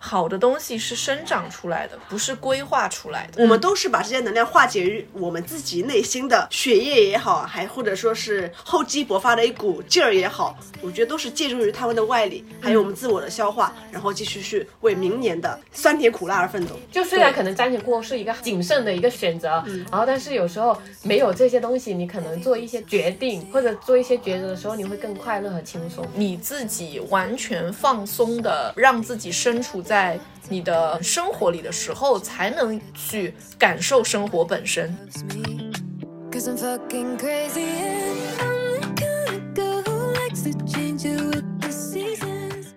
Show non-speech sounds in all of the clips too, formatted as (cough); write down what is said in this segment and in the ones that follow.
好的东西是生长出来的，不是规划出来的。我们都是把这些能量化解于我们自己内心的血液也好，还或者说是厚积薄发的一股劲儿也好，我觉得都是借助于他们的外力，还有我们自我的消化，然后继续去为明年的酸甜苦辣而奋斗。就虽然可能瞻前顾后是一个谨慎的一个选择，啊然后但是有时候没有这些东西，你可能做一些决定或者做一些抉择的时候，你会更快乐和轻松。你自己完全放松的，让自己身处在你的生活里的时候，才能去感受生活本身。 loves me. Cause I'm fucking crazy and I'm the kind of girl who likes to change it with the seasons.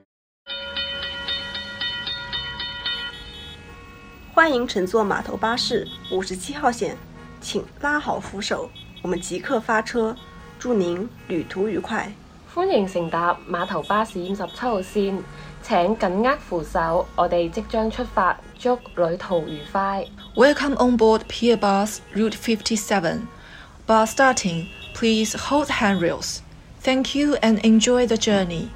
欢迎乘坐码头巴士五十七号线，请拉好扶手，我们即刻发车，祝您旅途愉快。歡迎乘搭碼頭巴士五十七號線，請緊握扶手，我哋即將出發，祝旅途愉快。 Welcome on board Pier Bus Route 57. Bus starting, please hold handrails. Thank you and enjoy the journey.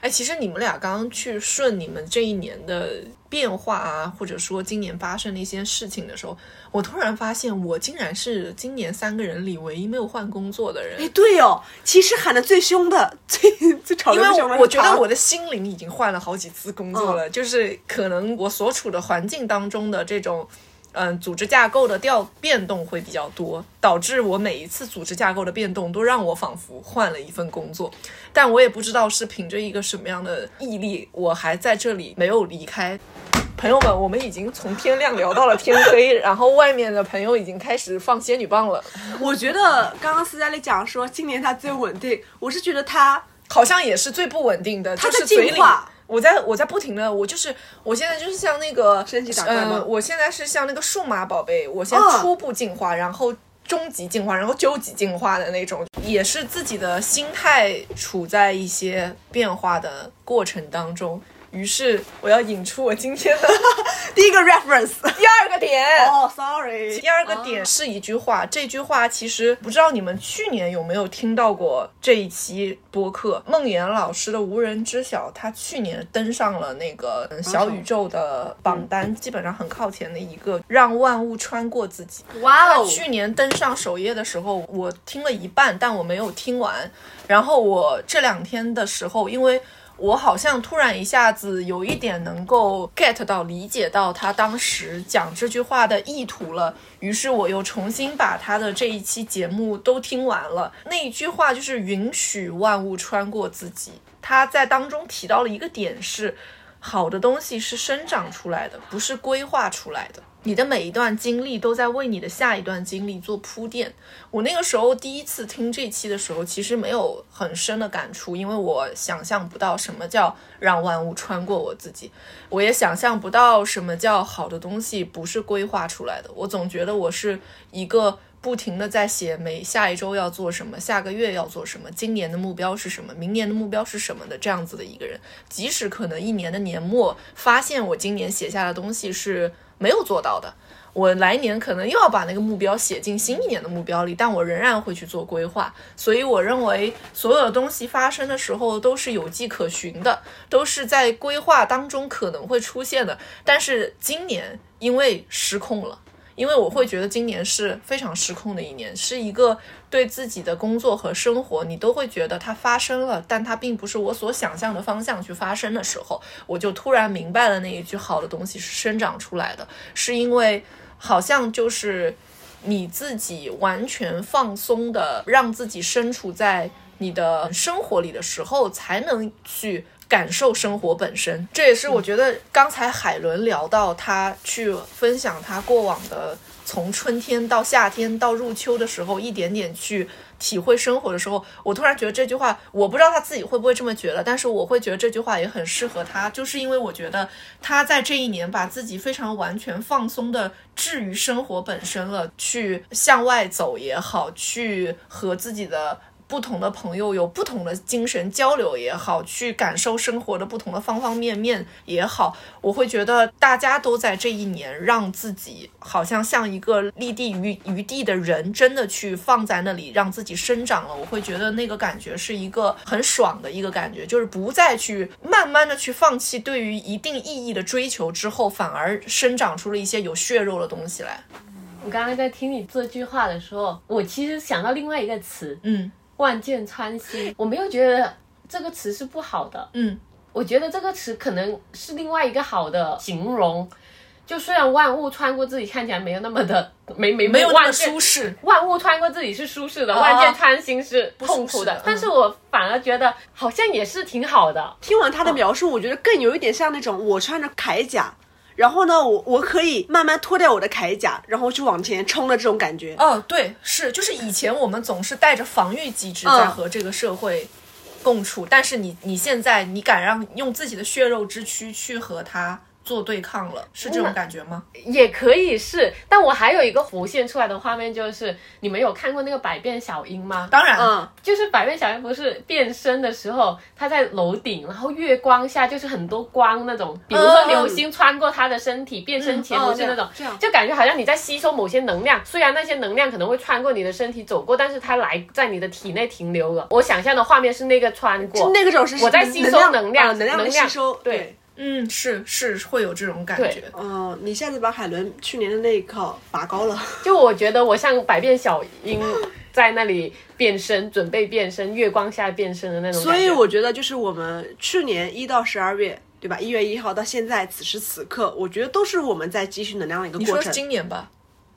哎，其实你们俩刚刚去顺你们这一年的变化啊，或者说今年发生的一些事情的时候，我突然发现，我竟然是今年三个人里唯一没有换工作的人哎，。对哦，其实喊的最凶的、最最吵因的为不是我们我觉茶嗯得 (laughs) 我的心灵已经换了好几次工作了，就是可能我所处的环境当中的这种，嗯、组织架构的调变动会比较多，导致我每一次组织架构的变动都让我仿佛换了一份工作，但我也不知道是凭着一个什么样的毅力，我还在这里没有离开。朋友们，我们已经从天亮聊到了天黑，然后外面的朋友已经开始放仙女棒了，我觉得刚刚斯嘉丽讲说今年她最稳定，我是觉得她好像也是最不稳定的，它就在是嘴进里化。我在我在不停的，我就是我现在就是像那个升级打怪吗呃，我现在是像那个数码宝贝，我先哦初步进化，然后终极进化，然后究极进化的那种，也是自己的心态处在一些变化的过程当中。于是我要引出我今天的第一个 (laughs) reference。第二个点。Oh, 哦，sorry，第二个点是一句话，这句话其实不知道你们去年有没有听到过这一期播客，梦妍老师的《无人知晓》，她去年登上了那个嗯小宇宙的榜单，基本上很靠前的一个，让万物穿过自己。哇他去年登上首页的时候，我听了一半，但我没有听完。然后我这两天的时候，因为我好像突然一下子有一点能够 get 到、理解到他当时讲这句话的意图了，于是我又重新把他的这一期节目都听完了。那一句话就是“允许万物穿过自己”，他在当中提到了一个点是。好的东西是生长出来的，不是规划出来的。你的每一段经历都在为你的下一段经历做铺垫。我那个时候第一次听这期的时候，其实没有很深的感触，因为我想象不到什么叫让万物穿过我自己，我也想象不到什么叫好的东西不是规划出来的。我总觉得我是一个不停的在写每下一周要做什么，下个月要做什么，今年的目标是什么，明年的目标是什么的这样子的一个人。即使可能一年的年末发现我今年写下的东西是没有做到的，我来年可能又要把那个目标写进新一年的目标里，但我仍然会去做规划。所以我认为所有的东西发生的时候都是有迹可循的，都是在规划当中可能会出现的。但是今年因为失控了。因为我会觉得今年是非常失控的一年，是一个对自己的工作和生活，你都会觉得它发生了，但它并不是我所想象的方向去发生的时候，我就突然明白了那一句好的东西是生长出来的，是因为好像就是你自己完全放松的，让自己身处在你的生活里的时候，才能去感受生活本身。这也是我觉得刚才海伦聊到他去分享他过往的。从春天到夏天到入秋的时候，一点点去体会生活的时候，我突然觉得这句话，我不知道他自己会不会这么觉得，但是我会觉得这句话也很适合他，就是因为我觉得他在这一年把自己非常完全放松的置于生活本身了，去向外走也好，去和自己的。不同的朋友有不同的精神交流也好，去感受生活的不同的方方面面也好，我会觉得大家都在这一年让自己好像像一个立地于于地的人，真的去放在那里让自己生长了，我会觉得那个感觉是一个很爽的一个感觉，就是不再去慢慢的去放弃对于一定意义的追求之后，反而生长出了一些有血肉的东西来。我刚刚在听你这句话的时候，我其实想到另外一个词嗯“万箭穿心”，我没有觉得这个词是不好的，嗯我觉得这个词可能是另外一个好的形容。就虽然万物穿过自己看起来没有那么的 (laughs) 没没没有那万么箭舒适。万物穿过自己是舒适的，哦万箭穿心是不痛舒苦适的。的嗯但是我反而觉得好像也是挺好的。听完他的描述，我觉得更有一点像那种我穿着铠甲，然后呢，我我可以慢慢脱掉我的铠甲，然后去往前冲的这种感觉。哦，对，是，就是以前我们总是带着防御机制在嗯和这个社会共处，但是你你现在你敢让用自己的血肉之躯去和他做对抗了，是这种嗯感觉吗？也可以是，但我还有一个浮现出来的画面，就是你们有看过那个《百变小樱》吗？当然，嗯，就是百变小樱不是变身的时候，她在楼顶，然后月光下就是很多光那种，比如说嗯流星穿过她的身体，变身前嗯不是那种哦这样，就感觉好像你在吸收某些能量，虽然那些能量可能会穿过你的身体走过，但是它来在你的体内停留了。我想象的画面是那个穿就过，那个种是我在吸收能量啊能量的能量吸收。对，嗯，是是会有这种感对觉。嗯，你一下子把海伦去年的那一刻拔高 (laughs) 了。就我觉得我像百变小樱在那里变身，准备变身，月光下变身的那种感觉。所以我觉得就是我们去年一到十二月，对吧？一月一号到现在此时此刻，我觉得都是我们在积蓄能量的一个你过说程。今年吧，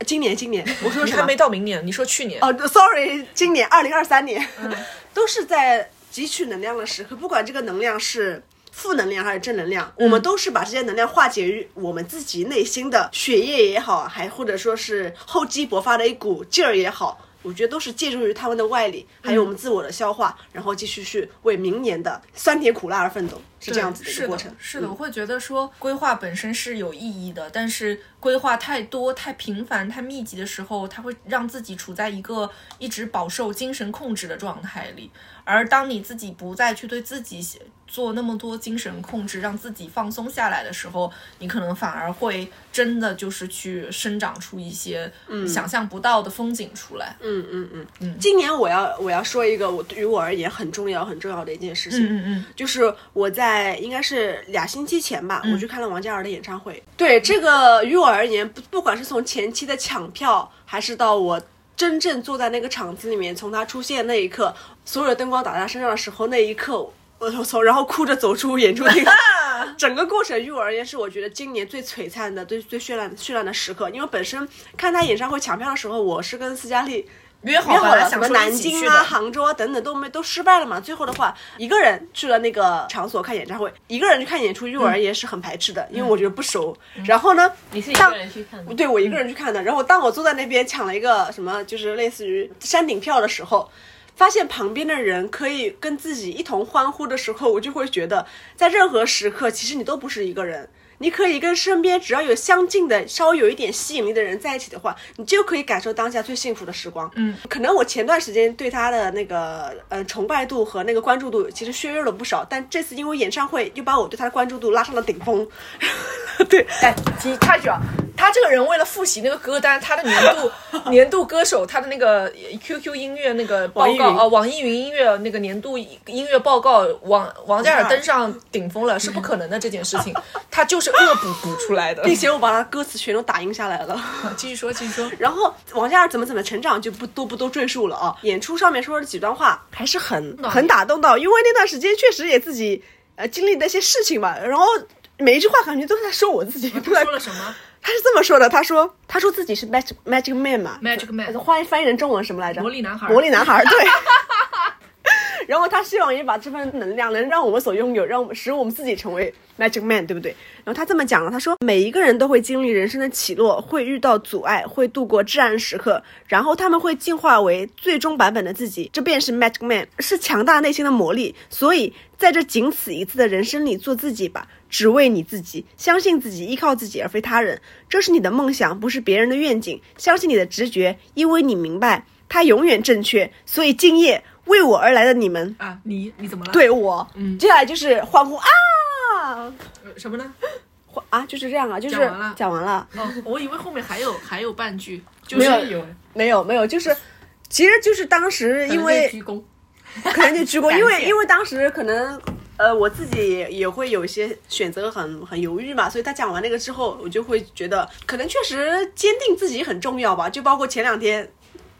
今年，今 (laughs) 年，我说你什还么没？到明年，你说去年。哦，sorry，今年二零二三年，嗯 (laughs) 都是在汲取能量的时刻，不管这个能量是。负能量还是正能量，嗯我们都是把这些能量化解于我们自己内心的血液也好，还或者说是厚积薄发的一股劲儿也好，我觉得都是借助于他们的外力，嗯还有我们自我的消化，然后继续去为明年的酸甜苦辣而奋斗，是这样子的一是个过程。是的，嗯我会觉得说规划本身是有意义的，但是规划太多、太频繁、太密集的时候，它会让自己处在一个一直饱受精神控制的状态里。而当你自己不再去对自己做那么多精神控制，让自己放松下来的时候，你可能反而会真的就是去生长出一些想象不到的风景出来。嗯嗯嗯嗯。今年我要我要说一个我对于我而言很重要很重要的一件事情，嗯嗯就是我在应该是俩星期前吧，我去看了王嘉尔的演唱会。嗯对这个，于我而言，不不管是从前期的抢票，还是到我真正坐在那个场子里面，从他出现那一刻，所有的灯光打在他身上的时候，那一刻，我从然后哭着走出演出 (laughs) 厅。整个过程于我而言是我觉得今年最璀璨的、最最绚烂、绚烂的时刻。因为本身看他演唱会抢票的时候，我是跟斯嘉丽嗯，约好约好了，了什想么说南一起京去啊、的嗯杭州啊等等都没都失败了嘛。最后的话，一个人去了那个场所看演唱会，一个人去看演出，于我而嗯言是很排斥的，因为我觉得不熟。然后呢，你是一个人去看的，对我一个人去看的。然后当我坐在那边抢了一个什么，就是类似于山顶票的时候，发现旁边的人可以跟自己一同欢呼的时候，我就会觉得，在任何时刻，其实你都不是一个人。你可以跟身边只要有相近的、稍微有一点吸引力的人在一起的话，你就可以感受当下最幸福的时光。嗯，可能我前段时间对他的那个呃崇拜度和那个关注度其实削弱了不少，但这次因为演唱会又把我对他的关注度拉上了顶峰。对，哎，提插一句啊，他这个人为了复习那个歌单，他的年 (laughs) 度年度歌手，他的那个 QQ 音乐那个报网易告云啊，网易云音乐那个年度音乐报告，王王嘉尔登上顶峰 (laughs) 了，是不可能的这件事情，他就是恶补补出来的。 (laughs) 并且我把他歌词全都打印下来了。继续说，继续说，然后王嘉尔怎么怎么成长就不多不多赘述了啊。演出上面说的几段话还是很动很打动到，因为那段时间确实也自己呃经历的一些事情吧，然后每一句话感觉都在说我自己， (laughs) 都在说了什么他是这么说的，他说他说自己是 magic magic man 嘛？Magic Man，翻译翻译成中文什么来着？魔力男孩魔力男孩儿，对。然后他希望也把这份能量能让我们所拥有，让我们使我们自己成为 magic man，对不对？然后他这么讲了，他说每一个人都会经历人生的起落，会遇到阻碍，会度过至暗时刻，然后他们会进化为最终版本的自己，这便是 magic man，是强大内心的魔力。所以在这仅此一次的人生里，做自己吧，只为你自己，相信自己，依靠自己，而非他人。这是你的梦想，不是别人的愿景。相信你的直觉，因为你明白它永远正确。所以敬业，为我而来的你们啊，你你怎么了？对我，嗯接下来就是欢呼啊！呃，什么呢？欢啊，就是这样啊，就是讲完了讲完了，哦，我以为后面还有还有半句，就没是有有，没有没有，就是其实就是当时因为鞠躬，可能就鞠躬，感因为谢因为当时可能呃我自己也也会有一些选择很很犹豫嘛，所以他讲完那个之后，我就会觉得可能确实坚定自己很重要吧，就包括前两天，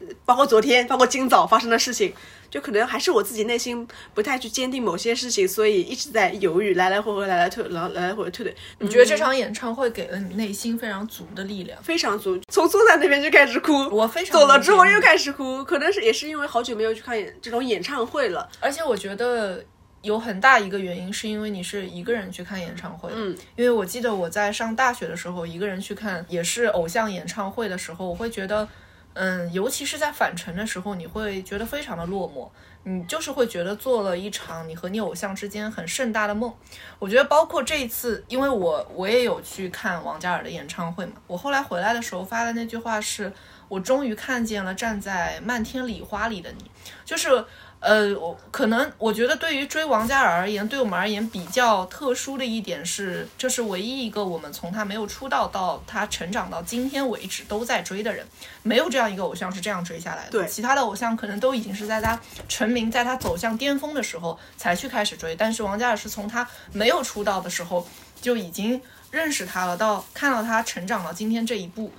呃包括昨天，包括今早发生的事情。就可能还是我自己内心不太去坚定某些事情，所以一直在犹豫，来来回回，来来退，来来回回退退，你觉得这场演唱会给了你内心非常足的力量？非常足。从松赞那边就开始哭， (laughs) 我非常走了之后理解又开始哭，可能是也是因为好久没有去看演这种演唱会了，而且我觉得有很大一个原因是因为你是一个人去看演唱会，嗯，因为我记得我在上大学的时候，一个人去看也是偶像演唱会的时候，我会觉得，嗯，尤其是在返程的时候，你会觉得非常的落寞，你就是会觉得做了一场你和你偶像之间很盛大的梦。我觉得包括这一次，因为我我也有去看王嘉尔的演唱会嘛，我后来回来的时候发的那句话是。我终于看见了站在漫天礼花里的你，就是呃，我可能我觉得对于追王嘉尔而言，对我们而言比较特殊的一点是，这是唯一一个我们从他没有出道到他成长到今天为止都在追的人，没有这样一个偶像是这样追下来的。对其他的偶像可能都已经是在他成名、在他走向巅峰的时候才去开始追，但是王嘉尔是从他没有出道的时候就已经认识他了，到看到他成长到今天这一步。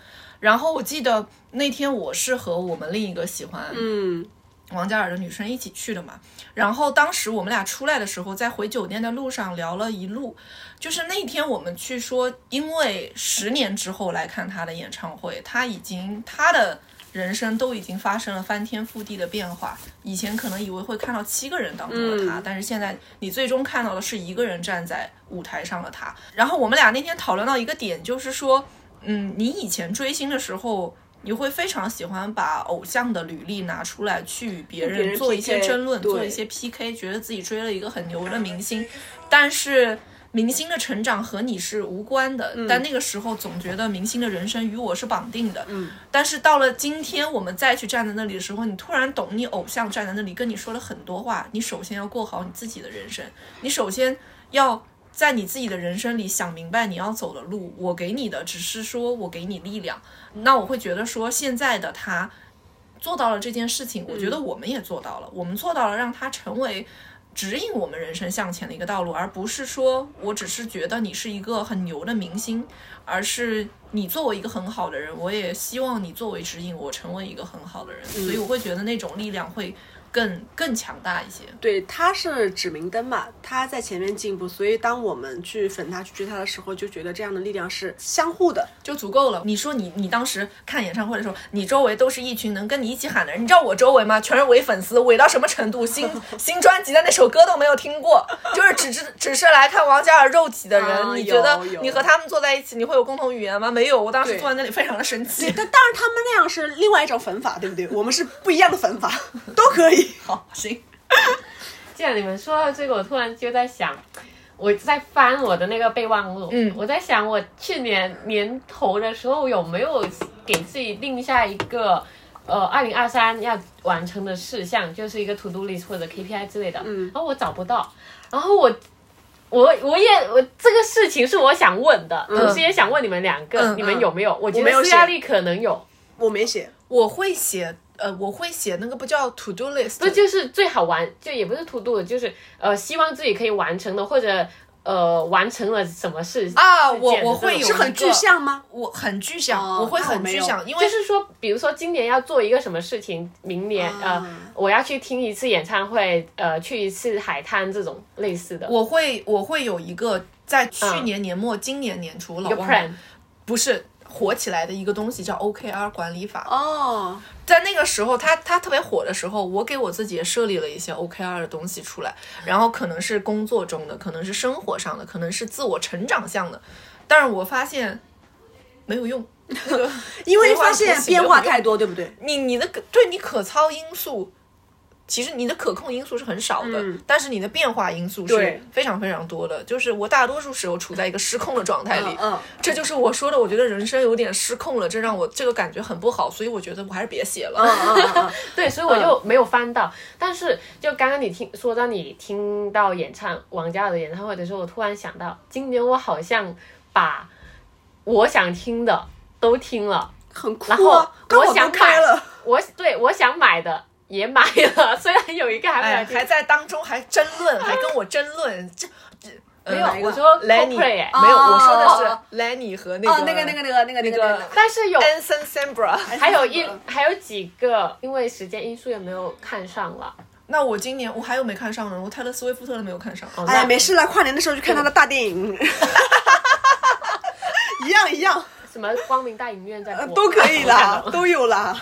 然后我记得那天我是和我们另一个喜欢嗯，王嘉尔的女生一起去的嘛。然后当时我们俩出来的时候，在回酒店的路上聊了一路，就是那天我们去说，因为十年之后来看他的演唱会，他已经他的。人生都已经发生了翻天覆地的变化，以前可能以为会看到七个人当中的他，嗯但是现在你最终看到的是一个人站在舞台上的他。然后我们俩那天讨论到一个点，就是说，嗯，你以前追星的时候，你会非常喜欢把偶像的履历拿出来去与别别人人做一些 PK 争论，对做一些 PK，觉得自己追了一个很牛的明星，但是。明星的成长和你是无关的，嗯但那个时候总觉得明星的人生与我是绑定的。嗯，但是到了今天，我们再去站在那里的时候，你突然懂，你偶像站在那里跟你说了很多话，你首先要过好你自己的人生，你首先要在你自己的人生里想明白你要走的路。我给你的只是说我给你力量，那我会觉得说现在的他做到了这件事情，我觉得我们也做到了，我们做到了让他成为。指引我们人生向前的一个道路，而不是说我只是觉得你是一个很牛的明星，而是你作为一个很好的人，我也希望你作为指引我成为一个很好的人，所以我会觉得那种力量会更更强大一些。对，他是指明灯嘛，他在前面进步，所以当我们去粉他、去追他的时候，就觉得这样的力量是相互的。就足够了。你说你你当时看演唱会的时候，你周围都是一群能跟你一起喊的人，你知道我周围吗？全是伪粉丝，伪到什么程度？ (laughs) 新新专辑的那首歌都没有听过，就是只是只是来看王嘉尔肉体的人。啊你觉得有有你和他们坐在一起，你会有共同语言吗？没有，我当时对坐在那里非常的生 (laughs) 气。但当然，他们那样是另外一种粉法，对不对？我们是不一样的粉法， (laughs) 都可以。好，行，既然你们说到这个，我突然就在想，我在翻我的那个备忘录，嗯我在想我去年年头的时候有没有给自己定下一个。呃，二零二三要完成的事项就是一个 to do list 或者 KPI 之类的，嗯，然后我找不到，然后我，我我也我这个事情是我想问的，同时也想问你们两个，嗯你们有没有？我觉我没有得斯亚写丽可能有，我没写，我会写，呃，我会写那个不叫 to do list，不就是最好玩，就也不是 to do 的，就是呃，希望自己可以完成的，或者呃，完成了什么事啊，事我件的我这种会有是一很个具，象吗？我很具象，哦我会那我很没具有象，因为就是说，比如说今年要做一个什么事情，明年、呃，我要去听一次演唱会，呃，去一次海滩这种类似的，我会我会有一个在去嗯年年末、今年年初老一个忘 plan 了，不是火起来的一个东西叫 OKR 管理法。哦，在那个时候，它它特别火的时候，我给我自己也设立了一些 OKR 的东西出来，然后可能是工作中的，可能是生活上的，可能是自我成长向的，但是我发现没有用。那个因为规划发现出席变化啊没有用太多，对不对？你你的可对你可操因素其实你的可控因素是很少的，嗯但是你的变化因素对是非常非常多的。就是我大多数时候处在一个失控的状态里，嗯嗯这就是我说的，我觉得人生有点失控了，这让我这个感觉很不好，所以我觉得我还是别写了。嗯嗯 (laughs) 嗯对，所以我就没有翻到。但是就刚刚你听说到你听到演唱王嘉尔的演唱会的时候，我突然想到，今年我好像把我想听的都听了，很酷然后啊，刚好我想都开买了。我对我想买的也买了， (laughs) 虽然有一个还没有哎，听。还在当中还争论，还跟我争论，这这没有呃我说 Lenny Coldplay 哎没有，我说哦的是 Lenny 和那哦个，那个那个那个那个那那个个那个嗯但是有 Anson Sambra。还有一还有几个，因为时间因素也没有看上了。 (laughs) 那我今年我还有没看上呢，我泰勒斯威夫特都没有看上。哦哎呀，没事了，跨年的时候去看他的大电影， (laughs) 一样一样，什么光明大影院在呃播都可以啦，我看到都有啦。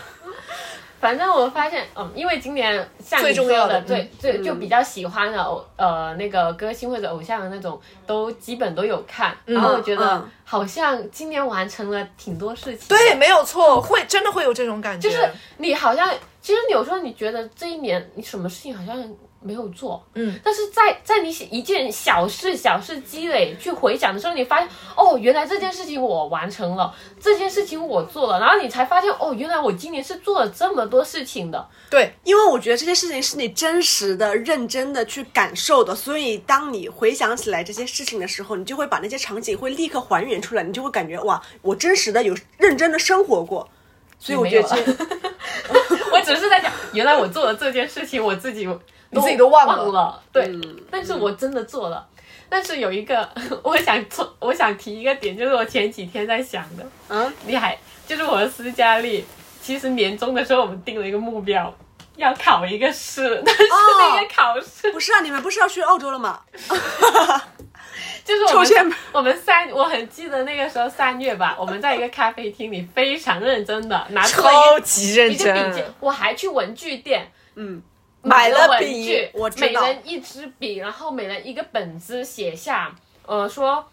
反正我发现，嗯，因为今年像你最说重要的对嗯对，就比较喜欢的偶呃那个歌星或者偶像的那种，都基本都有看。然后我觉得嗯好像今年完成了挺多事 (laughs) 情。对，，没有错，会真的会有这种感觉，就是你好像，其实你有时候你觉得这一年你什么事情好像没有做，嗯，但是在在你一件小事小事积累去回想的时候，你发现哦，原来这件事情我完成了，这件事情我做了，然后你才发现哦，原来我今年是做了这么多事情的。对，因为我觉得这件事情是你真实的、认真的去感受的，所以当你回想起来这些事情的时候，你就会把那些场景会立刻还原出来，你就会感觉哇，我真实的有认真的生活过。所以我觉得也没有这， (laughs) 我只是在讲，原来我做了这件事情，我自己你自己都忘了了，对、嗯但是我真的做了。但是有一个，我想做，我想提一个点，就是我前几天在想的，嗯，你还就是我的斯嘉丽，其实年终的时候我们定了一个目标，要考一个试， (laughs) 但是那个考试、 (laughs) 不是啊，你们不是要去澳洲了 (laughs) 吗？就是我抽签们我们三，我很记得那个时候三月吧，我们在一个咖啡厅里非常认真的啊拿出了超级一个认一个笔记真，，我还去文具店。嗯，买了文笔具我知每道人一支笔，然后每人一个本子写下，呃，说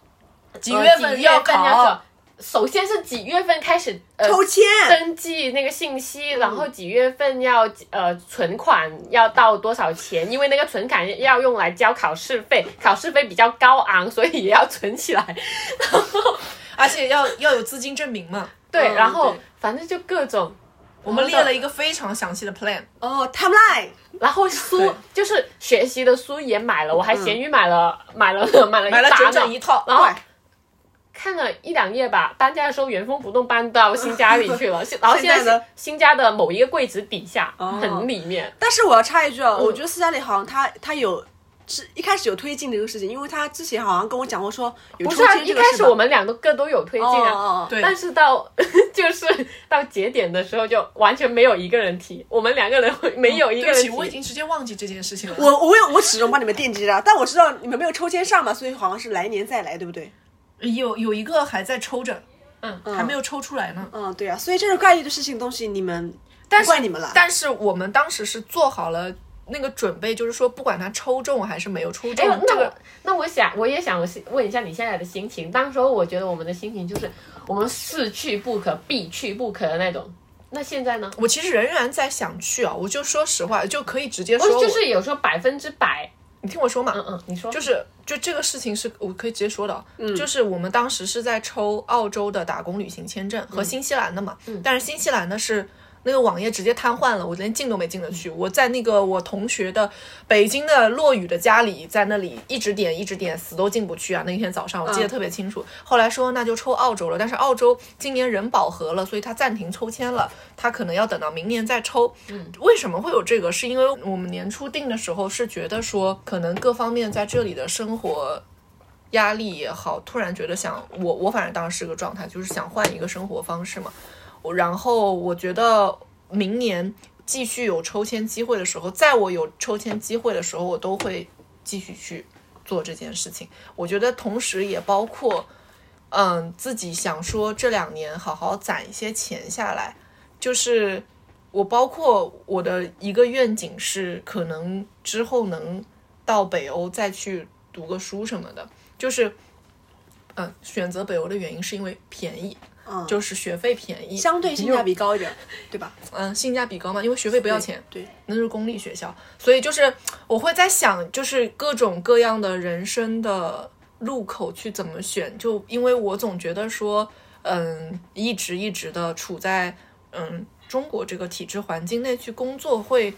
几呃月份几月份要考走，，首先是几月份开始呃抽签，登记那个信息，然后几月份要呃存款要到多少钱？因为那个存款要用来交考试费，考试费比较高昂，所以也要存起来。然后而且要要有资金证明嘛。对，嗯然后对反正就各种，我们列了一个非常详细的 plan，哦，timeline，然后书对嗯就是学习的书也买了，我还闲鱼买了、(laughs) 买了买了一买了沓整呢整一嗯套，然后对看了一两页吧，搬家的时候原封不动搬到新家里去 (laughs) 了，然后现现在呢在新家的某一个柜子底下，哦很里面。但是我要插一句啊，嗯我觉得斯嘉丽好像她她有是一开始有推进这个事情，因为她之前好像跟我讲过说有不抽是啊，签一这个开事始吧我们两个各都有推荐啊，哦哦哦对但是到 (laughs) 就是到节点的时候就完全没有一个人提，我们两个人会没有一个对不人起，提。我已经直接忘记这件事情了。我我有我始终帮你们惦记着，啊但我知道你们没有抽签上嘛，所以好像是来年再来，对不对？有有一个还在抽着，嗯还没有抽出来呢。嗯，对啊，所以这种概率的事情东西，你们但不是怪你们了。但是我们当时是做好了那个准备，就是说不管他抽中还是没有抽哎中呦，，这那个我那我想我也想问一下你现在的心情。当时候我觉得我们的心情就是我们是去不可、必去不可的那种。那现在呢？我其实仍然在想去啊。我就说实话，就可以直接我说我，就是有时候百分之百，你听我说嘛，嗯嗯，你说就是就这个事情是我可以直接说的啊，就是我们当时是在抽澳洲的打工旅行签证和新西兰的嘛，但是新西兰的是。那个网页直接瘫痪了，我连进都没进得去。我在那个我同学的北京的落雨的家里，在那里一直点一直点，死都进不去啊！那天早上我记得特别清楚。后来说那就抽澳洲了，但是澳洲今年人饱和了，所以他暂停抽签了，他可能要等到明年再抽。为什么会有这个？是因为我们年初定的时候是觉得说，可能各方面在这里的生活压力也好，突然觉得想我我反正当时是个状态，就是想换一个生活方式嘛。我然后我觉得明年继续有抽签机会的时候，在我有抽签机会的时候，我都会继续去做这件事情。我觉得同时也包括，嗯，自己想说这两年好好攒一些钱下来，就是我包括我的一个愿景是，可能之后能到北欧再去呃读个书什么的，就是。嗯，选择北欧的原因是因为便宜，嗯就是学费便宜，相对性价比高一点， (laughs) 对吧？嗯，性价比高嘛，因为学费不不要钱，对，那是公立学校，所以就是我会在想，就是各种各样的人生的路口去怎么选，就因为我总觉得说，嗯，一直一直的处在嗯中国这个体制环境内去工作会，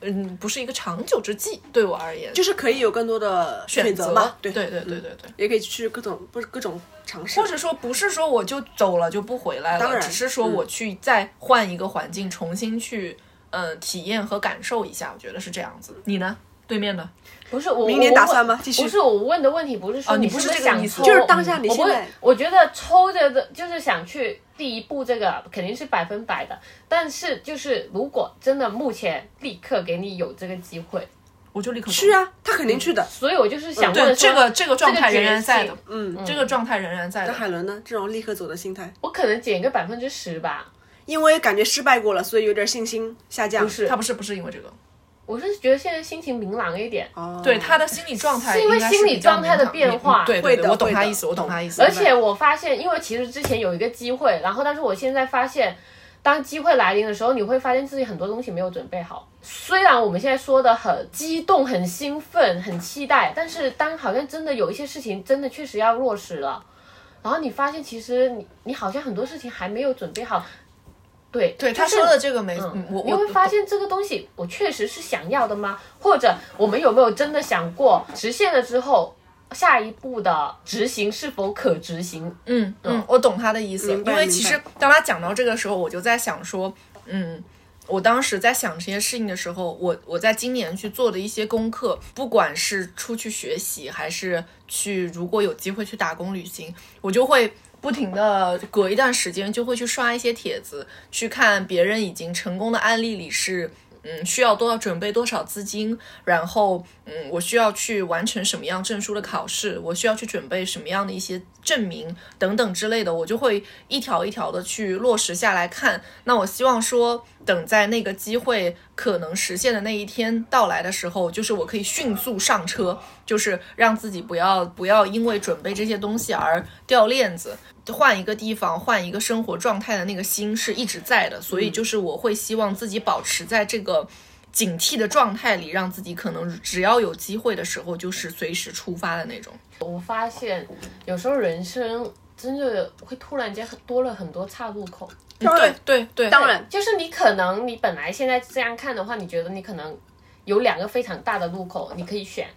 嗯，不是一个长久之计，对我而言，就是可以有更多的选择嘛，对对对对对嗯对。也可以去各种不是各种尝试，或者说不是说我就走了就不回来当了，然嗯只是说我去再换一个环境，重新去嗯、呃体验和感受一下，我觉得是这样子。你呢？对面的不是我明年我打问算吗继续不是我问的问题，不是说哦你是不是这不是个想意思抽，就是当下你我不现会在，我觉得抽着的，就是想去第一步这个肯定是百分百的，但是就是如果真的目前立刻给你有这个机会，我就立刻走去啊，他肯定去的。所以我就是想问对说，这个这个状态这个仍然在的决心，嗯，这个状态仍然在那的。海伦呢？这种立刻走的心态，我可能减个百分之十吧，因为感觉失败过了，所以有点信心下降。不是他，不是不是因为这个，我是觉得现在心情明朗一点，哦，对他的心理状态是因为应该是心理比较状态明的朗变嗯化对对会的对，我懂会他的嗯意思，我懂他意思。而且我发现，因为其实之前有一个机会，然后但是我现在发现，当机会来临的时候，你会发现自己很多东西没有准备好。虽然我们现在说的很激动、很兴奋、很期待，但是当好像真的有一些事情真的确实要落实了，然后你发现其实你你好像很多事情还没有准备好。对，对就他是说的这个没，嗯嗯，我你我会发现这个东西，我确实是想要的吗？或者我们有没有真的想过，实现了之后，下一步的执行是否可执行？嗯嗯，我懂他的意思，哦明白因为其实明当他讲到这个时候，我就在想说，嗯，我当时在想这些事情的时候，我我在今年去做的一些功课，不管是出去学习，还是去如果有机会去打工旅行，我就会。不停的隔一段时间就会去刷一些帖子，去看别人已经成功的案例里是，嗯，需要多少准备多少资金，然后嗯，我需要去完成什么样证书的考试，我需要去准备什么样的一些证明等等之类的，我就会一条一条的去落实下来看。那我希望说，等在那个机会可能实现的那一天到来的时候，就是我可以迅速上车，就是让自己不要不要因为准备这些东西而掉链子。换一个地方，换一个生活状态的那个心是一直在的，所以就是我会希望自己保持在这个警惕的状态里，让自己可能只要有机会的时候，就是随时出发的那种。我发现有时候人生真的会突然间很多了很多岔路口，哎当然嗯对对，当然就是你可能你本来现在这样看的话，你觉得你可能有两个非常大的路口你可以选，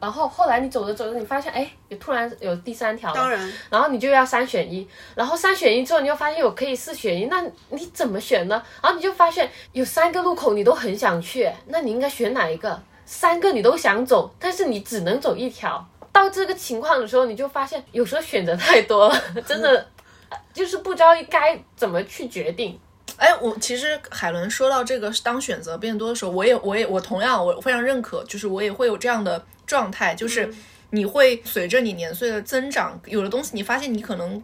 然后后来你走着走着，你发现哎，也突然有第三条了，当然然后你就要三选一，然后三选一之后，你又发现有可以四选一，那你怎么选呢？然后你就发现有三个路口你都很想去，那你应该选哪一个？三个你都想走，但是你只能走一条。到这个情况的时候，你就发现有时候选择太多 (laughs) 了，真的就是不知道该怎么去决定。哎，我其实海伦说到这个，当选择变多的时候，我也，我也，我同样，我非常认可，就是我也会有这样的状态，就是你会随着你年岁的增长，有的东西你发现你可能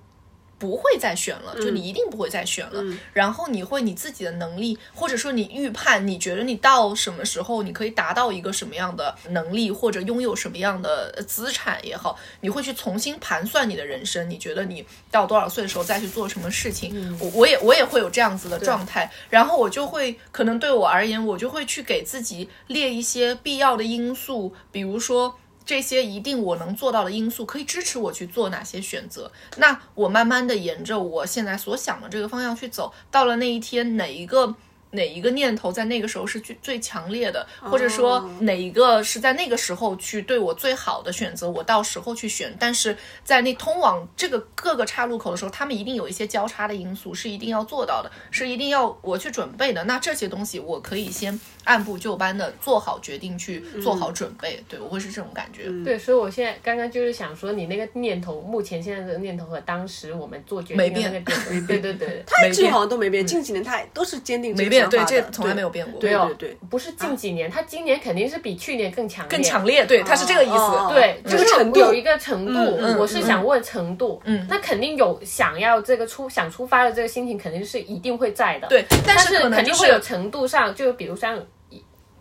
不会再选了，就你一定不会再选了，然后你会你自己的能力，或者说你预判，你觉得你到什么时候你可以达到一个什么样的能力，或者拥有什么样的呃资产也好，你会去重新盘算你的人生，你觉得你到多少岁的时候再去做什么事情，我我也我也会有这样子的状态，然后我就会可能对我而言，我就会去给自己列一些必要的因素，比如说。这些一定我能做到的因素，可以支持我去做哪些选择。那我慢慢的沿着我现在所想的这个方向去走，到了那一天，哪一个哪一个念头在那个时候是最最强烈的，或者说哪一个是在那个时候去对我最好的选择，我到时候去选。但是在那通往这个各个岔路口的时候，他们一定有一些交叉的因素是一定要做到的，是一定要我去准备的。那这些东西我可以先按部就班的做好决定，去做好准备。对我会是这种感觉。对，所以我现在刚刚就是想说，你那个念头，目前现在的念头和当时我们做决定的没那个变点，对对对，他一直好像都没变，近几年他都是坚定没这个变，想对，法这的从来没有变过，对哦对对，不是近几年，他今年肯定是比去年更强烈，更强烈，对，他是这个意哦思。哦对，这个就是程度有一个程度，嗯嗯我是想问程度，嗯那肯定有想要这个出想出发的这个心情，肯定是一定会在的，对，但但是是可能肯就定是会有程度上，就比如像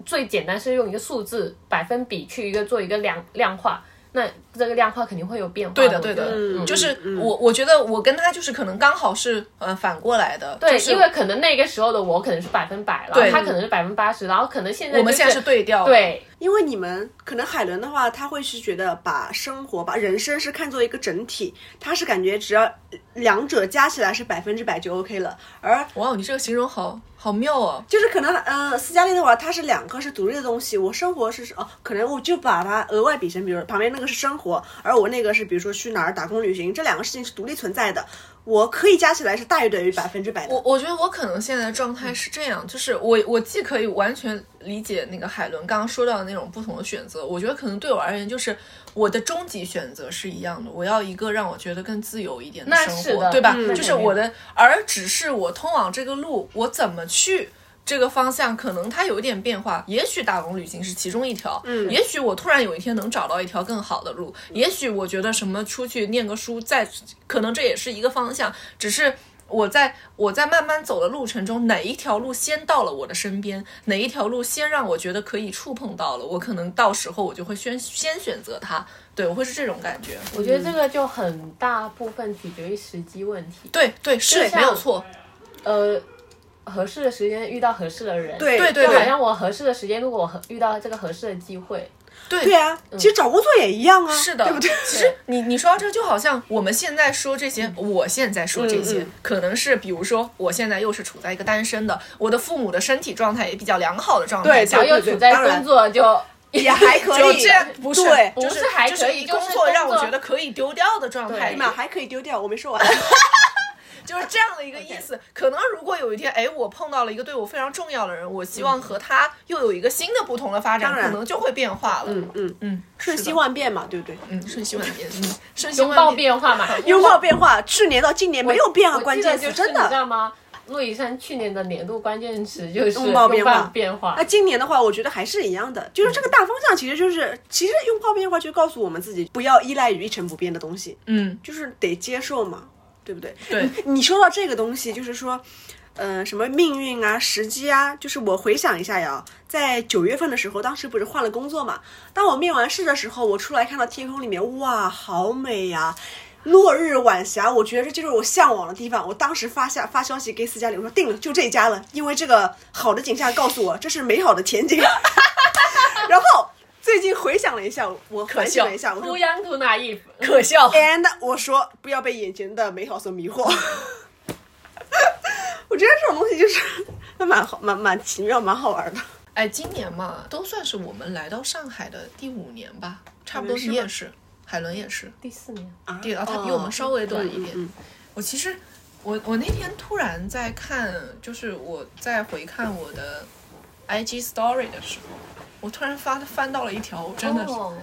最简单是用一个数字百分比去一个做一个量量化，那这个量化肯定会有变化。对的我对觉的得嗯就是我我觉得我跟他就是可能刚好是呃反过来的，对，就是因为可能那个时候的我可能是百分百，然对后他可能是百分八十，然后可能现在、我们现在是对调的，对因为你们可能海伦的话，他会是觉得把生活、把人生是看作一个整体，他是感觉只要两者加起来是百分之百就 OK 了。而哇，你这个形容好好妙哦。就是可能，呃，斯嘉丽的话，它是两个是独立的东西。我生活是哦，可能我就把它额外比成，比如旁边那个是生活，而我那个是比如说去哪儿打工旅行，这两个事情是独立存在的。我可以加起来是大于等于百分之百我的。我觉得我可能现在的状态是这样，就是我我既可以完全理解那个海伦刚刚说到的那种不同的选择，我觉得可能对我而言，就是我的终极选择是一样的，我要一个让我觉得更自由一点的那生是活，的对吧？嗯就是我的，而只是我通往这个路，我怎么去。这个方向可能它有一点变化，也许打工旅行是其中一条，嗯，也许我突然有一天能找到一条更好的路，也许我觉得什么出去念个书，再可能这也是一个方向，只是我在我在慢慢走的路程中，哪一条路先到了我的身边，哪一条路先让我觉得可以触碰到了，我可能到时候我就会先先选择它，对我会是这种感觉，我觉得这个就很大部分取决于时机问题。对对是像没有错，呃，合适的时间遇到合适的人，对对对就好对像我合适的时间，如果我合遇到这个合适的机会，对对啊，其实找工作也一样啊，是的，对不对？其实你你说到这，就好像我们现在说这些，我现在说这些，嗯嗯可能是比如说我现在又是处在一个单身的，我的父母的身体状态也比较良好的状态对下然后，又对对处在当然工作就也还 (laughs) 可就以，这样不是对，就是不是还就是可以一就是工作让我工作觉得可以丢掉的状态对里，嘛还可以丢掉，我没说完。就是这样的一个意思。可能如果有一天，哎，我碰到了一个对我非常重要的人，我希望和他又有一个新的不同的发展，当可然能就会变化了。嗯嗯，嗯，瞬是的息万变嘛，对不对？嗯瞬息万变，嗯瞬息拥抱万变。变 (laughs) 化嘛，拥抱变化，去年到今年没有变啊，我关记得键就词是真你知的。道吗？陆以山去年的年度关键词就是拥抱变化哎拥抱变化那今年的话，我觉得还是一样的，就是这个大方向，其实就是其实拥抱变化，就告诉我们自己不要依赖于一成不变的东西，嗯，就是得接受嘛，对不对？对，你说到这个东西，就是说，呃，什么命运啊、时机啊，就是我回想一下呀，在九月份的时候，当时不是换了工作嘛？当我面完试的时候，我出来看到天空里面，哇，好美呀、落日晚霞，我觉得这就是我向往的地方。我当时发下发消息给斯嘉丽，我说定了，就这家了，因为这个好的景象告诉我这是美好的前景。 (laughs) 然后最近回想了一下，我可反笑省了一下，我说乌央图那一可笑。 And 我说不要被眼前的美好所迷惑。 (laughs) 我觉得这种东西就是还蛮好、蛮蛮奇妙、蛮好玩的。哎，今年嘛，都算是我们来到上海的第五年吧，差不多哦海伦是你吗也是，海伦也是，第四年，第啊，他比我们稍微短一点。哦嗯嗯我其实，我我那天突然在看，就是我在回看我的 IG story 的时候，我突然翻翻到了一条，真的是，哦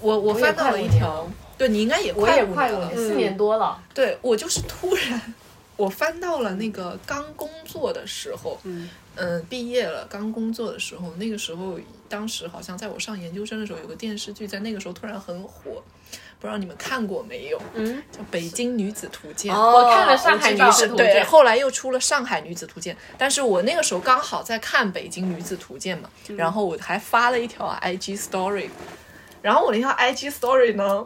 我我我也翻到快了五一年条了，对你应该也我也五快年五了年，，四年多了，对我就是突然，我翻到了那个刚工作的时候，嗯、毕业了刚工作的时候，那个时候当时好像在我上研究生的时候，有个电视剧在那个时候突然很火，不知道你们看过没有？嗯，哦叫《北京女子图鉴》。哦我看了上海我女知道子图对，鉴，后来又出了《上海女子图鉴》，但是我那个时候刚好在看《北京女子图鉴》嘛，嗯然后我还发了一条 IG story，然后我那条 IG story 呢，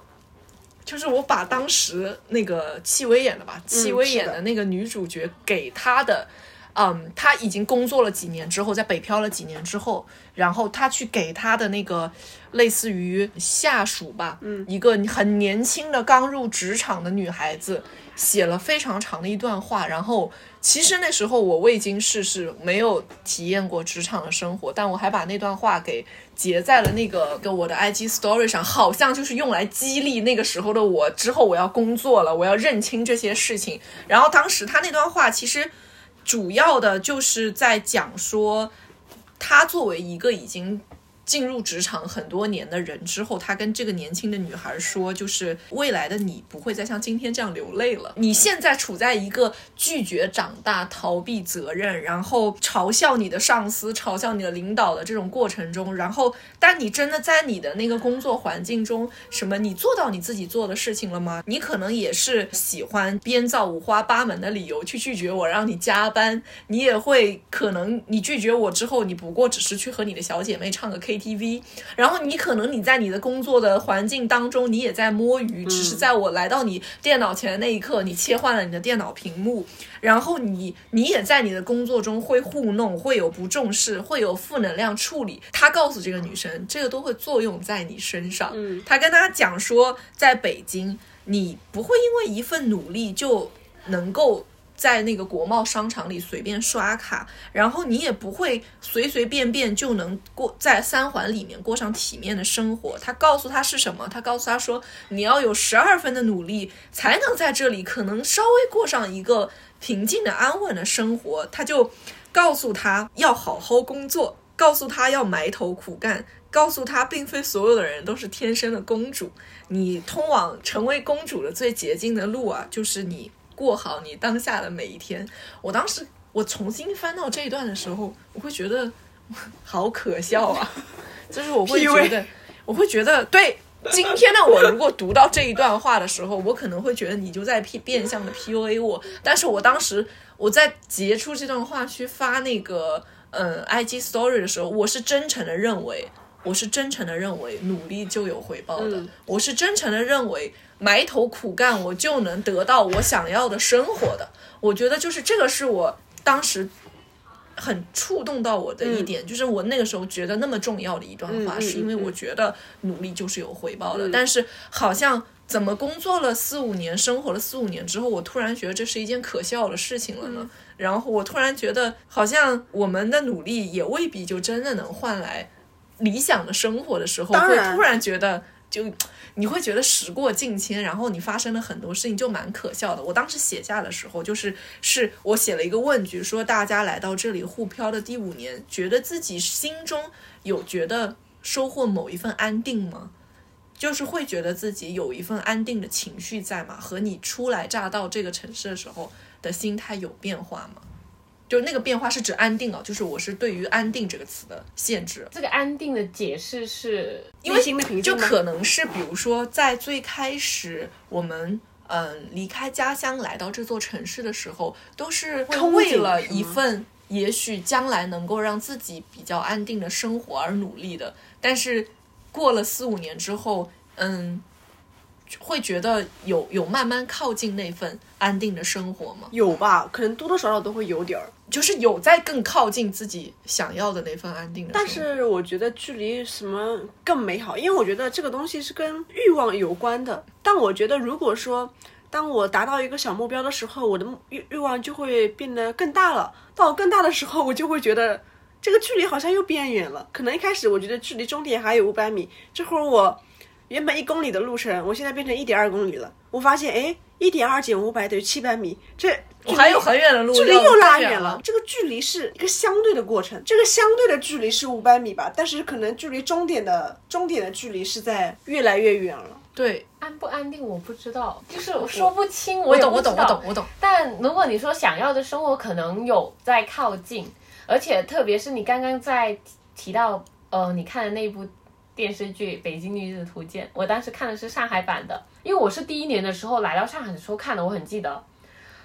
就是我把当时那个戚薇演的嗯吧，戚薇演是的的那个女主角给她的。嗯，她已经工作了几年之后，在北漂了几年之后，然后她去给她的那个类似于下属吧，嗯，一个很年轻的刚入职场的女孩子，写了非常长的一段话。然后其实那时候我未经世事，没有体验过职场的生活，但我还把那段话给截在了那个跟我的 IG Story 上，好像就是用来激励那个时候的我，之后我要工作了，我要认清这些事情。然后当时他那段话其实主要的就是在讲说，他作为一个已经进入职场很多年的人之后，他跟这个年轻的女孩说，就是未来的你不会再像今天这样流泪了。你现在处在一个拒绝长大、逃避责任，然后嘲笑你的上司、嘲笑你的领导的这种过程中，然后，但你真的在你的那个工作环境中，什么你做到你自己做的事情了吗？你可能也是喜欢编造五花八门的理由去拒绝我，让你加班。你也会可能你拒绝我之后，你不过只是去和你的小姐妹唱个 K。 KTV，然后你可能你在你的工作的环境当中，你也在摸鱼，只是在我来到你电脑前的那一刻，你切换了你的电脑屏幕，然后你你也在你的工作中会糊弄，会有不重视，会有负能量处理。他告诉这个女生，这个都会作用在你身上。嗯他跟她讲说，在北京，你不会因为一份努力就能够。在那个国贸商场里随便刷卡，然后你也不会随随便便就能过在三环里面过上体面的生活。他告诉他是什么？他告诉他说，你要有十二分的努力，才能在这里可能稍微过上一个平静的、安稳的生活。他就告诉他要好好工作，告诉他要埋头苦干，告诉他并非所有的人都是天生的公主。你通往成为公主的最捷径的路啊，就是你过好你当下的每一天。我当时我重新翻到这一段的时候，我会觉得好可笑啊，就是我会觉得，我会觉得对。今天的我如果读到这一段话的时候，我可能会觉得你就在 P 变相的 PUA 我，但是我当时我在截出这段话去发那个嗯 IG story 的时候，我是真诚的认为，我是真诚的认为努力就有回报的，嗯我是真诚的认为埋头苦干我就能得到我想要的生活的。我觉得就是这个是我当时很触动到我的一点，就是我那个时候觉得那么重要的一段话，嗯嗯嗯是因为嗯我觉得努力就是有回报的，嗯但是好像。怎么工作了四五年，生活了四五年之后，我突然觉得这是一件可笑的事情了嗯呢？然后我突然觉得，好像我们的努力也未必就真的能换来理想的生活的时候，当会然突然觉得就你会觉得时过境迁，然后你发生了很多事情，就蛮可笑的。我当时写下的时候，就是是我写了一个问句，说大家来到这里互漂的第五年，觉得自己心中有觉得收获某一份安定吗？就是会觉得自己有一份安定的情绪在吗？和你初来乍到这个城市的时候的心态有变化吗？就那个变化是指安定啊，就是我是对于安定这个词的限制，这个安定的解释是，因为内心的平静就吗可能是比如说在最开始我们。嗯，离开家乡来到这座城市的时候，都是会憧憬为了是吗一份也许将来能够让自己比较安定的生活而努力的。但是过了四五年之后，嗯，会觉得有有慢慢靠近那份安定的生活吗？有吧？可能多多少少都会有点儿，就是有在更靠近自己想要的那份安定的生但活。是我觉得距离什么更美好，因为我觉得这个东西是跟欲望有关的。但我觉得如果说当我达到一个小目标的时候，我的目欲欲望就会变得更大了。到我更大的时候，我就会觉得这个距离好像又变远了。可能一开始我觉得距离终点还有五百米，这会儿我原本一公里的路程，我现在变成一点二公里了。我发现，哎，一点二减五百等于七百米，这我还有很远的路，啊距离又拉远远了。这个距离是一个相对的过程，这个相对的距离是五百米吧，但是可能距离终点的终点的距离是在越来越远了。对，安不安定我不知道，就是我说不清，我我也懂，不我知懂，我道懂，我懂。但如果你说想要的生活，可能有在靠近，而且特别是你刚刚在提到呃，你看的那部电视剧《北京女子图鉴》，我当时看的是上海版的，因为我是第一年的时候来到上海的时候看的，我很记得。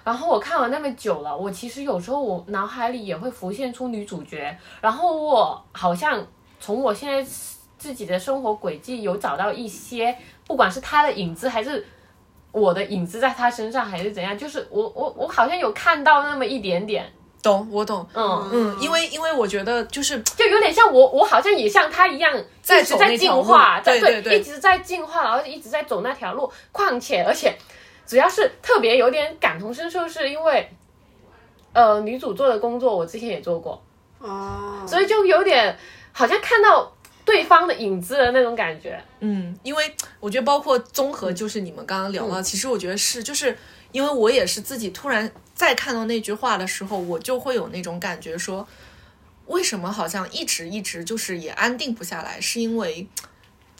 然后我看完那么久了，我其实有时候我脑海里也会浮现出女主角，然后我好像从我现在自己的生活轨迹有找到一些，不管是她的影子还是我的影子在她身上，还是怎样，就是我我我好像有看到那么一点点，懂，我懂。嗯，嗯，因为因为我觉得就是就有点像我我好像也像她一样，在一直嗯走在那进条路化，对在对对一直在进化，然后一直在走那条路。况且而且，主要是特别有点感同身受，是因为。呃，女主做的工作我之前也做过，哦，所以就有点好像看到对方的影子的那种感觉。嗯，因为我觉得包括综合，就是你们刚刚聊到，其实我觉得是，就是因为我也是自己突然再看到那句话的时候，我就会有那种感觉说，为什么好像一直一直就是也安定不下来，是因为。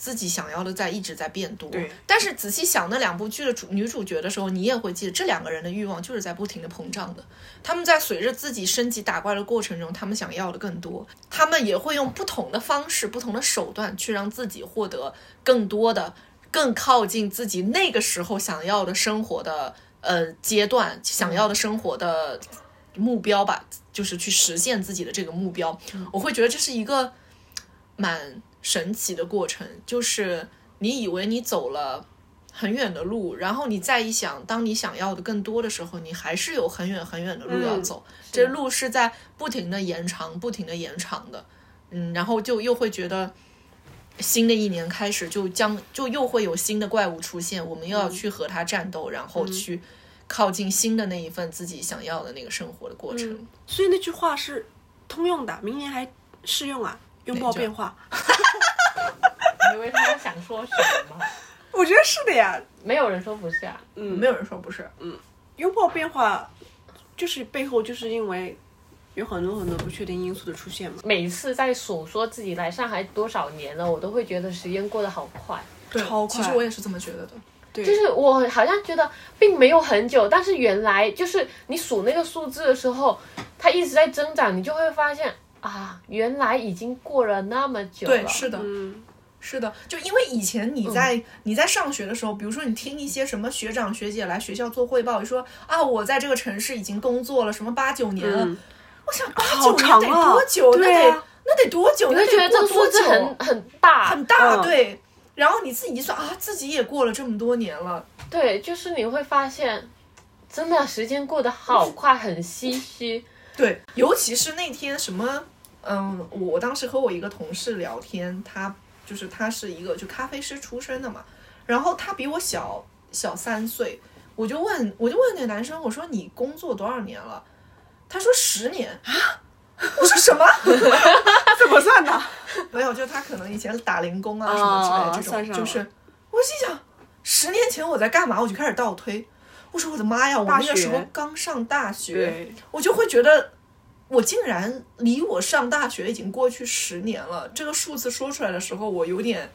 自己想要的在一直在变多对，但是仔细想那两部剧的主女主角的时候，你也会记得这两个人的欲望就是在不停的膨胀的。他们在随着自己升级打怪的过程中，他们想要的更多，他们也会用不同的方式、不同的手段去让自己获得更多的、更靠近自己那个时候想要的生活的呃阶段、想要的生活的嗯目标吧，就是去实现自己的这个目标。我会觉得这是一个蛮神奇的过程，就是你以为你走了很远的路，然后你再一想，当你想要的更多的时候，你还是有很远很远的路要走。这路嗯是在不停的延长，不停的延长的。嗯，然后就又会觉得新的一年开始就将就又会有新的怪物出现，我们又要去和它战斗，然后去靠近新的那一份自己想要的那个生活的过程。所以那句话是通用的，明年还适用啊，拥抱变化。以为他们想说什么？我觉得是的呀， (laughs) 没有人说不是啊，没有人说不是，拥抱变化就是背后就是因为有很多很多不确定因素的出现嘛。每次在数说自己来上海多少年了，我都会觉得时间过得好快。对超其实快我也是这么觉得的。就是我好像觉得并没有很久，但是原来就是你数那个数字的时候，它一直在增长，你就会发现啊，原来已经过了那么久了。对，是的，嗯，是的，就因为以前你在、你在上学的时候，比如说你听一些什么学长学姐来学校做汇报，说啊，我在这个城市已经工作了什么八九年了，嗯我想八好九年长得啊多久？对那得啊那得多久？你那会得觉得这过个多数字久很很大，很大，嗯对。然后你自己一算啊，自己也过了这么多年了，对，就是你会发现，真的时间过得好快，很唏嘘。对，尤其是那天什么，嗯，我当时和我一个同事聊天，他就是他是一个就咖啡师出身的嘛，然后他比我小小三岁，我就问我就问那个男生，我说你工作多少年了？他说十年啊，我说什么？ (laughs) 怎么算的？没有，就他可能以前打零工啊什么之类的这哦哦哦算种，就上是我心想，十年前我在干嘛？我就开始倒推，我说我的妈呀，我大那个时候学刚上大学，，我就会觉得，我竟然离我上大学已经过去十年了。这个数字说出来的时候，我有点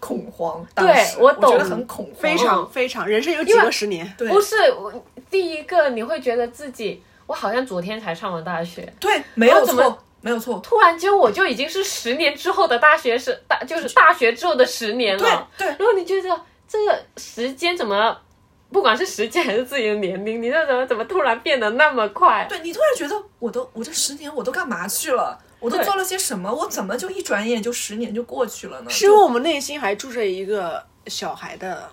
恐慌。当对时我我觉得懂很恐慌，非常非常，人生有几个十年？对不是我第一个，你会觉得自己，我好像昨天才上完大学，对，没有我怎么错，没有错。突然间我就已经是十年之后的大学生，大就是大学之后的十年对了。对然后你觉得这个时间怎么，不管是时间还是自己的年龄，你这怎么怎么突然变得那么快？对你突然觉得，我都我这十年我都干嘛去了？我都对做了些什么？我怎么就一转眼就十年就过去了呢？是因为我们内心还住着一个小孩的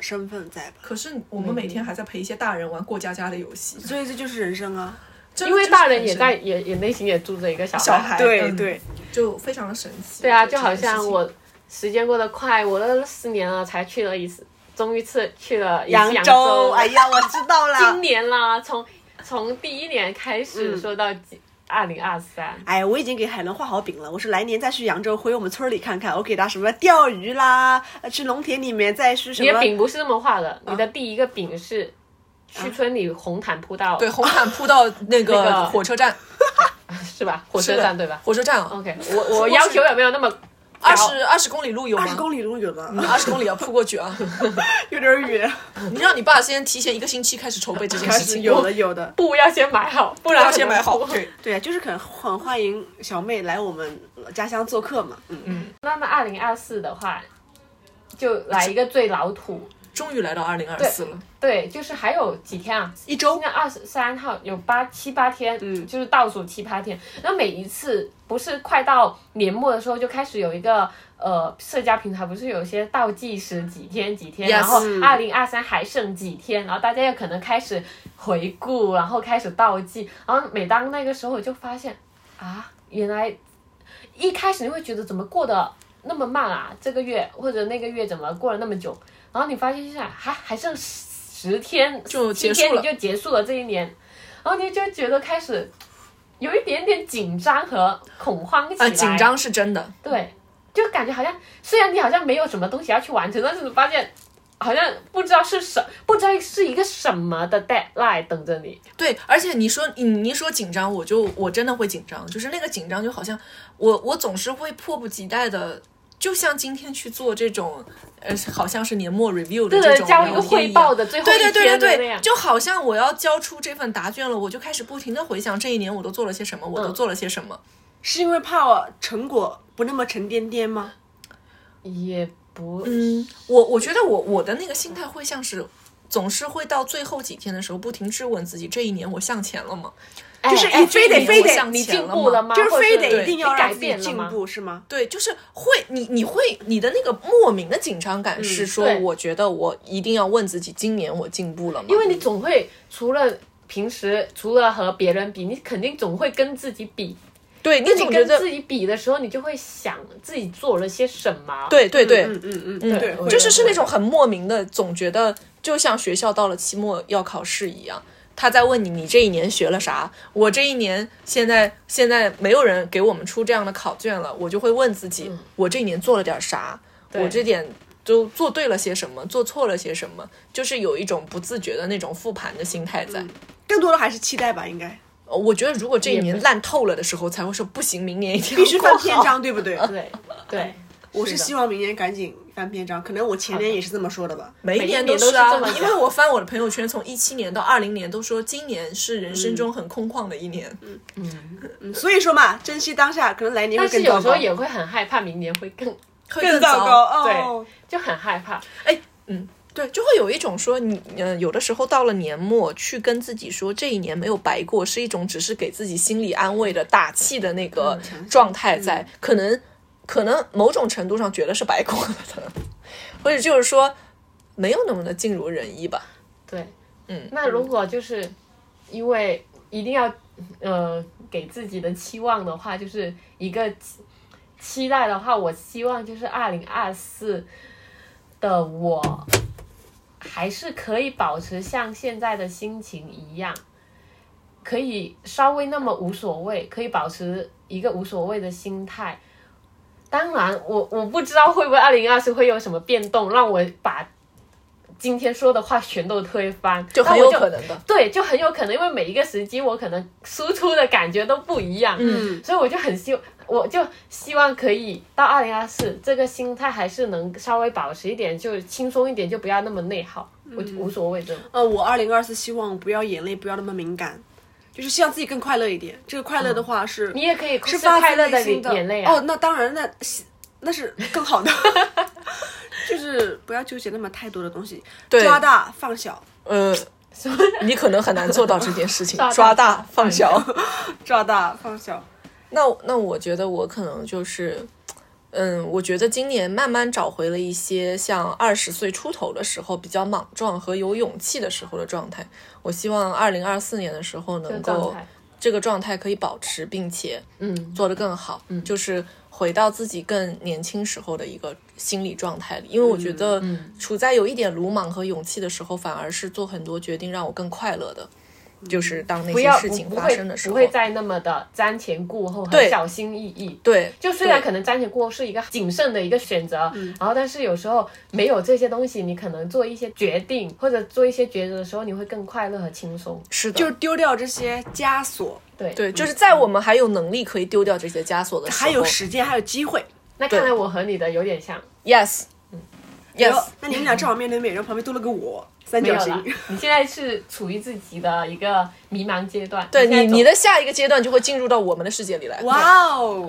身份在吧？可是我们每天还在陪一些大人玩过家家的游戏，所以这就是人生啊！真的因为就是大人很也神在，也也内心也住着一个小孩。小孩，对嗯对，就非常的神奇。对啊，这就好件事像情我时间过得快，我都四年了才去了一次，终于次去了一次扬扬州，州。哎呀，我知道今了。年啦，从从第一年开始嗯说到几二零二三，哎，我已经给海伦画好饼了。我是来年再去扬州，回我们村儿里看看。我给他什么钓鱼啦，呃去农田里面再去什你的么？饼不是这么画啊的，你的第一个饼是去村里红毯铺到，对红毯铺到那那个个火车站，是吧？火是车的站对吧嗯火车站啊， ？OK，我我要求有没有那么二十二十公里路有吗？二十公里路有嗯 (laughs) 了，二十公里要扑过去啊！有点远。你让你爸先提前一个星期开始筹备这件开事始 (laughs) 情，有的有的，布要先买好，不然要先买好。很难铺对，对啊，就是很很欢迎小妹来我们家乡做客嘛。嗯，那么二零二四的话，就来一个最老土，终于来到二零二四了，对，就是还有几天啊？一周现在二十三号有八七八天，嗯就是倒数七八天。然后每一次不是快到年末的时候，就开始有一个呃社交平台，不是有些倒计时几天几天 Yes 然后二零二三还剩几天，然后大家又可能开始回顾，然后开始倒计，然后每当那个时候，我就发现啊，原来一开始你会觉得怎么过得那么慢啊，这个月或者那个月怎么过了那么久？然后你发现现在还还剩十天，就七结束天了你就结束了这一年，然后你就觉得开始有一点点紧张和恐慌起来，啊，紧，张是真的，对，就感觉好像虽然你好像没有什么东西要去完成，但是你发现好像不知道是什，不知道是一个什么的 deadline 等着你，对，而且你说你你一说紧张，我就我真的会紧张，就是那个紧张就好像我我总是会迫不及待的，就像今天去做这种呃，好像是年末 review 的对这对，种交一聊个天汇一样报的最 (laughs) 后对一对对天的对那对，样。就好像我要交出这份答卷了，我就开始不停的回想这一年我都做了些什么，我都嗯做了些什么。是因为怕我成果不那么沉甸甸吗？也不，嗯嗯，我我觉得我我的那个心态会像是总是会到最后几天的时候不停质问自己：这一年我向前了吗？就是哎哎你非得这非一年我得向你你进进步步了了吗吗？就是非或者得是一定要你让改自己变了进吗？步，是吗？对，就是会你你会你的那个莫名的紧张感是说，嗯对我觉得我一定要问自己，今年我进步了吗？因为你总会除了平时除了和别人比，你肯定总会跟自己比。对你那总你觉跟得自己比的时候，你就会想自己做了些什么。，对对对，嗯嗯嗯嗯，对，就会是的是那种很莫名的，总觉得就像学校到了期末要考试一样，他在问你你这一年学了啥？我这一年现在现在没有人给我们出这样的考卷了，我就会问自嗯己，我这一年做了点啥？我这点都做对了些什么？做错了些什么？就是有一种不自觉的那种复盘的心态嗯在。更多的还是期待吧，应 (laughs) 该呃我觉得如果这一也不年是烂透了的时候，才会说不行，明年一定必要须过翻好篇章，对不对？对对，我嗯是是的希望明年赶紧翻篇章，可能我前年也是这么说的吧。每一每一年年是都是啊，这么因为我翻我的朋友圈，从一七年到二零年都说今年是人生中很空旷的一年。嗯所以说嘛，珍惜当下，可能来年会但是更有糟时候糕，也会很害怕明年会更，会更糟糟糕。哦。就很害怕。对，就会有一种说你，嗯、有的时候到了年末去跟自己说这一年没有白过，是一种只是给自己心理安慰的打气的那个状态在，可能可能某种程度上觉得是白过的， (laughs) 或者就是说没有那么的尽如人意吧。对，嗯那如果就是因为一定要呃给自己的期望的话，就是一个期期待的话，我希望就是啊二零二四的我还是可以保持像现在的心情一样，可以稍微那么无所谓，可以保持一个无所谓的心态。当然，我我不知道会不会二零二四会有什么变动，让我把今天说的话全都推翻，就很那我有可能的对，就很有可能，因为每一个时机我可能输出的感觉都不一样，嗯，所以我就很希，我就希望可以到二零二四，这个心态还是能稍微保持一点，就轻松一点，就不要那么内耗，我嗯就无所谓的。呃，我二零二四希望不要眼泪，不要那么敏感，就是希望自己更快乐一点。这个快乐的话是，嗯你也可以是是发自快乐内的心的眼泪啊哦，那当然，那那是更好 (laughs) 的，就是不要纠结那么太多的东西，对抓大放小，呃，你可能很难做到这件事情，抓大抓大放小。抓大放小。那那我觉得我可能就是，嗯，我觉得今年慢慢找回了一些像二十岁出头的时候比较莽撞和有勇气的时候的状态。我希望二零二四年的时候这能个状够态，这个状态可以保持，并且嗯，做得更好，嗯，就是回到自己更年轻时候的一个心理状态里。因为我嗯觉得处在有一点鲁莽和勇气的时候，反而是做很多决定让我更快乐的。就是当那不些要事不情不发会生的时不候，会再那么的瞻前顾后，对很小心翼翼。对，就虽对然可能瞻前顾后是一个谨慎的一个选择，啊然后但是有时候没有这些东西，你可能做一些决定或者做一些抉择的时候，你会更快乐和轻松。是的，就是丢掉这些枷锁，对，对，就是在我们还有能力可以丢掉这些枷锁的时候，嗯还有时间，还有机会。那看来我和你的有点像， yes，嗯然 yes，后哎那你们俩正好面对面，然后旁边多了个我，三没有角了形。。你现在是处于自己的一个迷茫阶段，对现在你走你的下一个阶段就会进入到我们的世界里来。哇哦，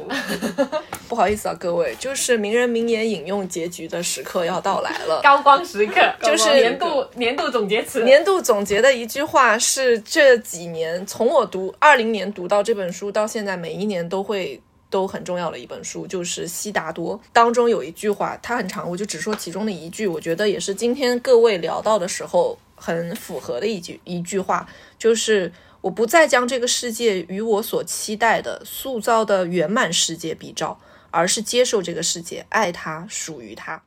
不好意思啊，各位，就是名人名言引用结局的时刻要到来了。高光时 (laughs) 刻，就是年度年度总结词。年度总结的一句话是：这几年从我读二零年读到这本书到现在，每一年都会都很重要的一本书，就是《悉达多》当中有一句话，它很长，我就只说其中的一句，我觉得也是今天各位聊到的时候很符合的一句一句话，就是。我不再将这个世界与我所期待的、塑造的圆满世界比照，而是接受这个世界，爱它，属于它。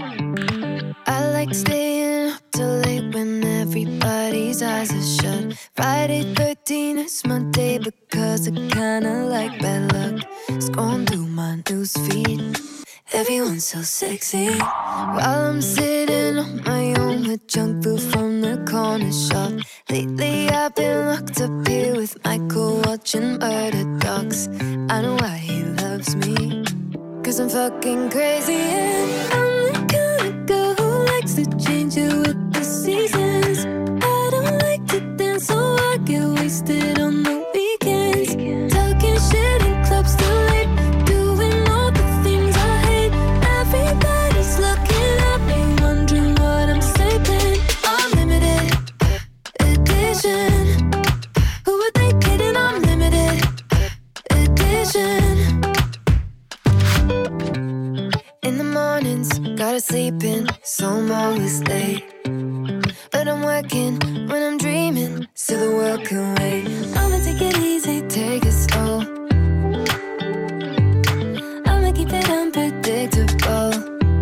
I like staying till late when everybody's eyes are shut. Friday 13 is my day because I kinda like bad luck. Scrolling through my news feed, everyone's so sexy. While I'm sitting on my own with junk food from the corner shop. Lately I've been locked up here with Michael watching murder docs. I know why he loves me. Cause I'm fucking crazy and I'm the kind of girl who likes to change it with the seasons. I don't like to dance, so I get wasted on the weekends. Tell sleeping, so I'm always late. But I'm working when I'm dreaming, so the world can wait. I'ma take it easy, take it slow. I'ma keep it unpredictable,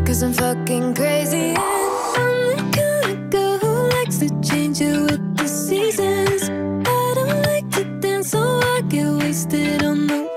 cause I'm fucking crazy. And I'm the kind of girl who likes to change it with the seasons. I don't like to dance, so I get wasted on the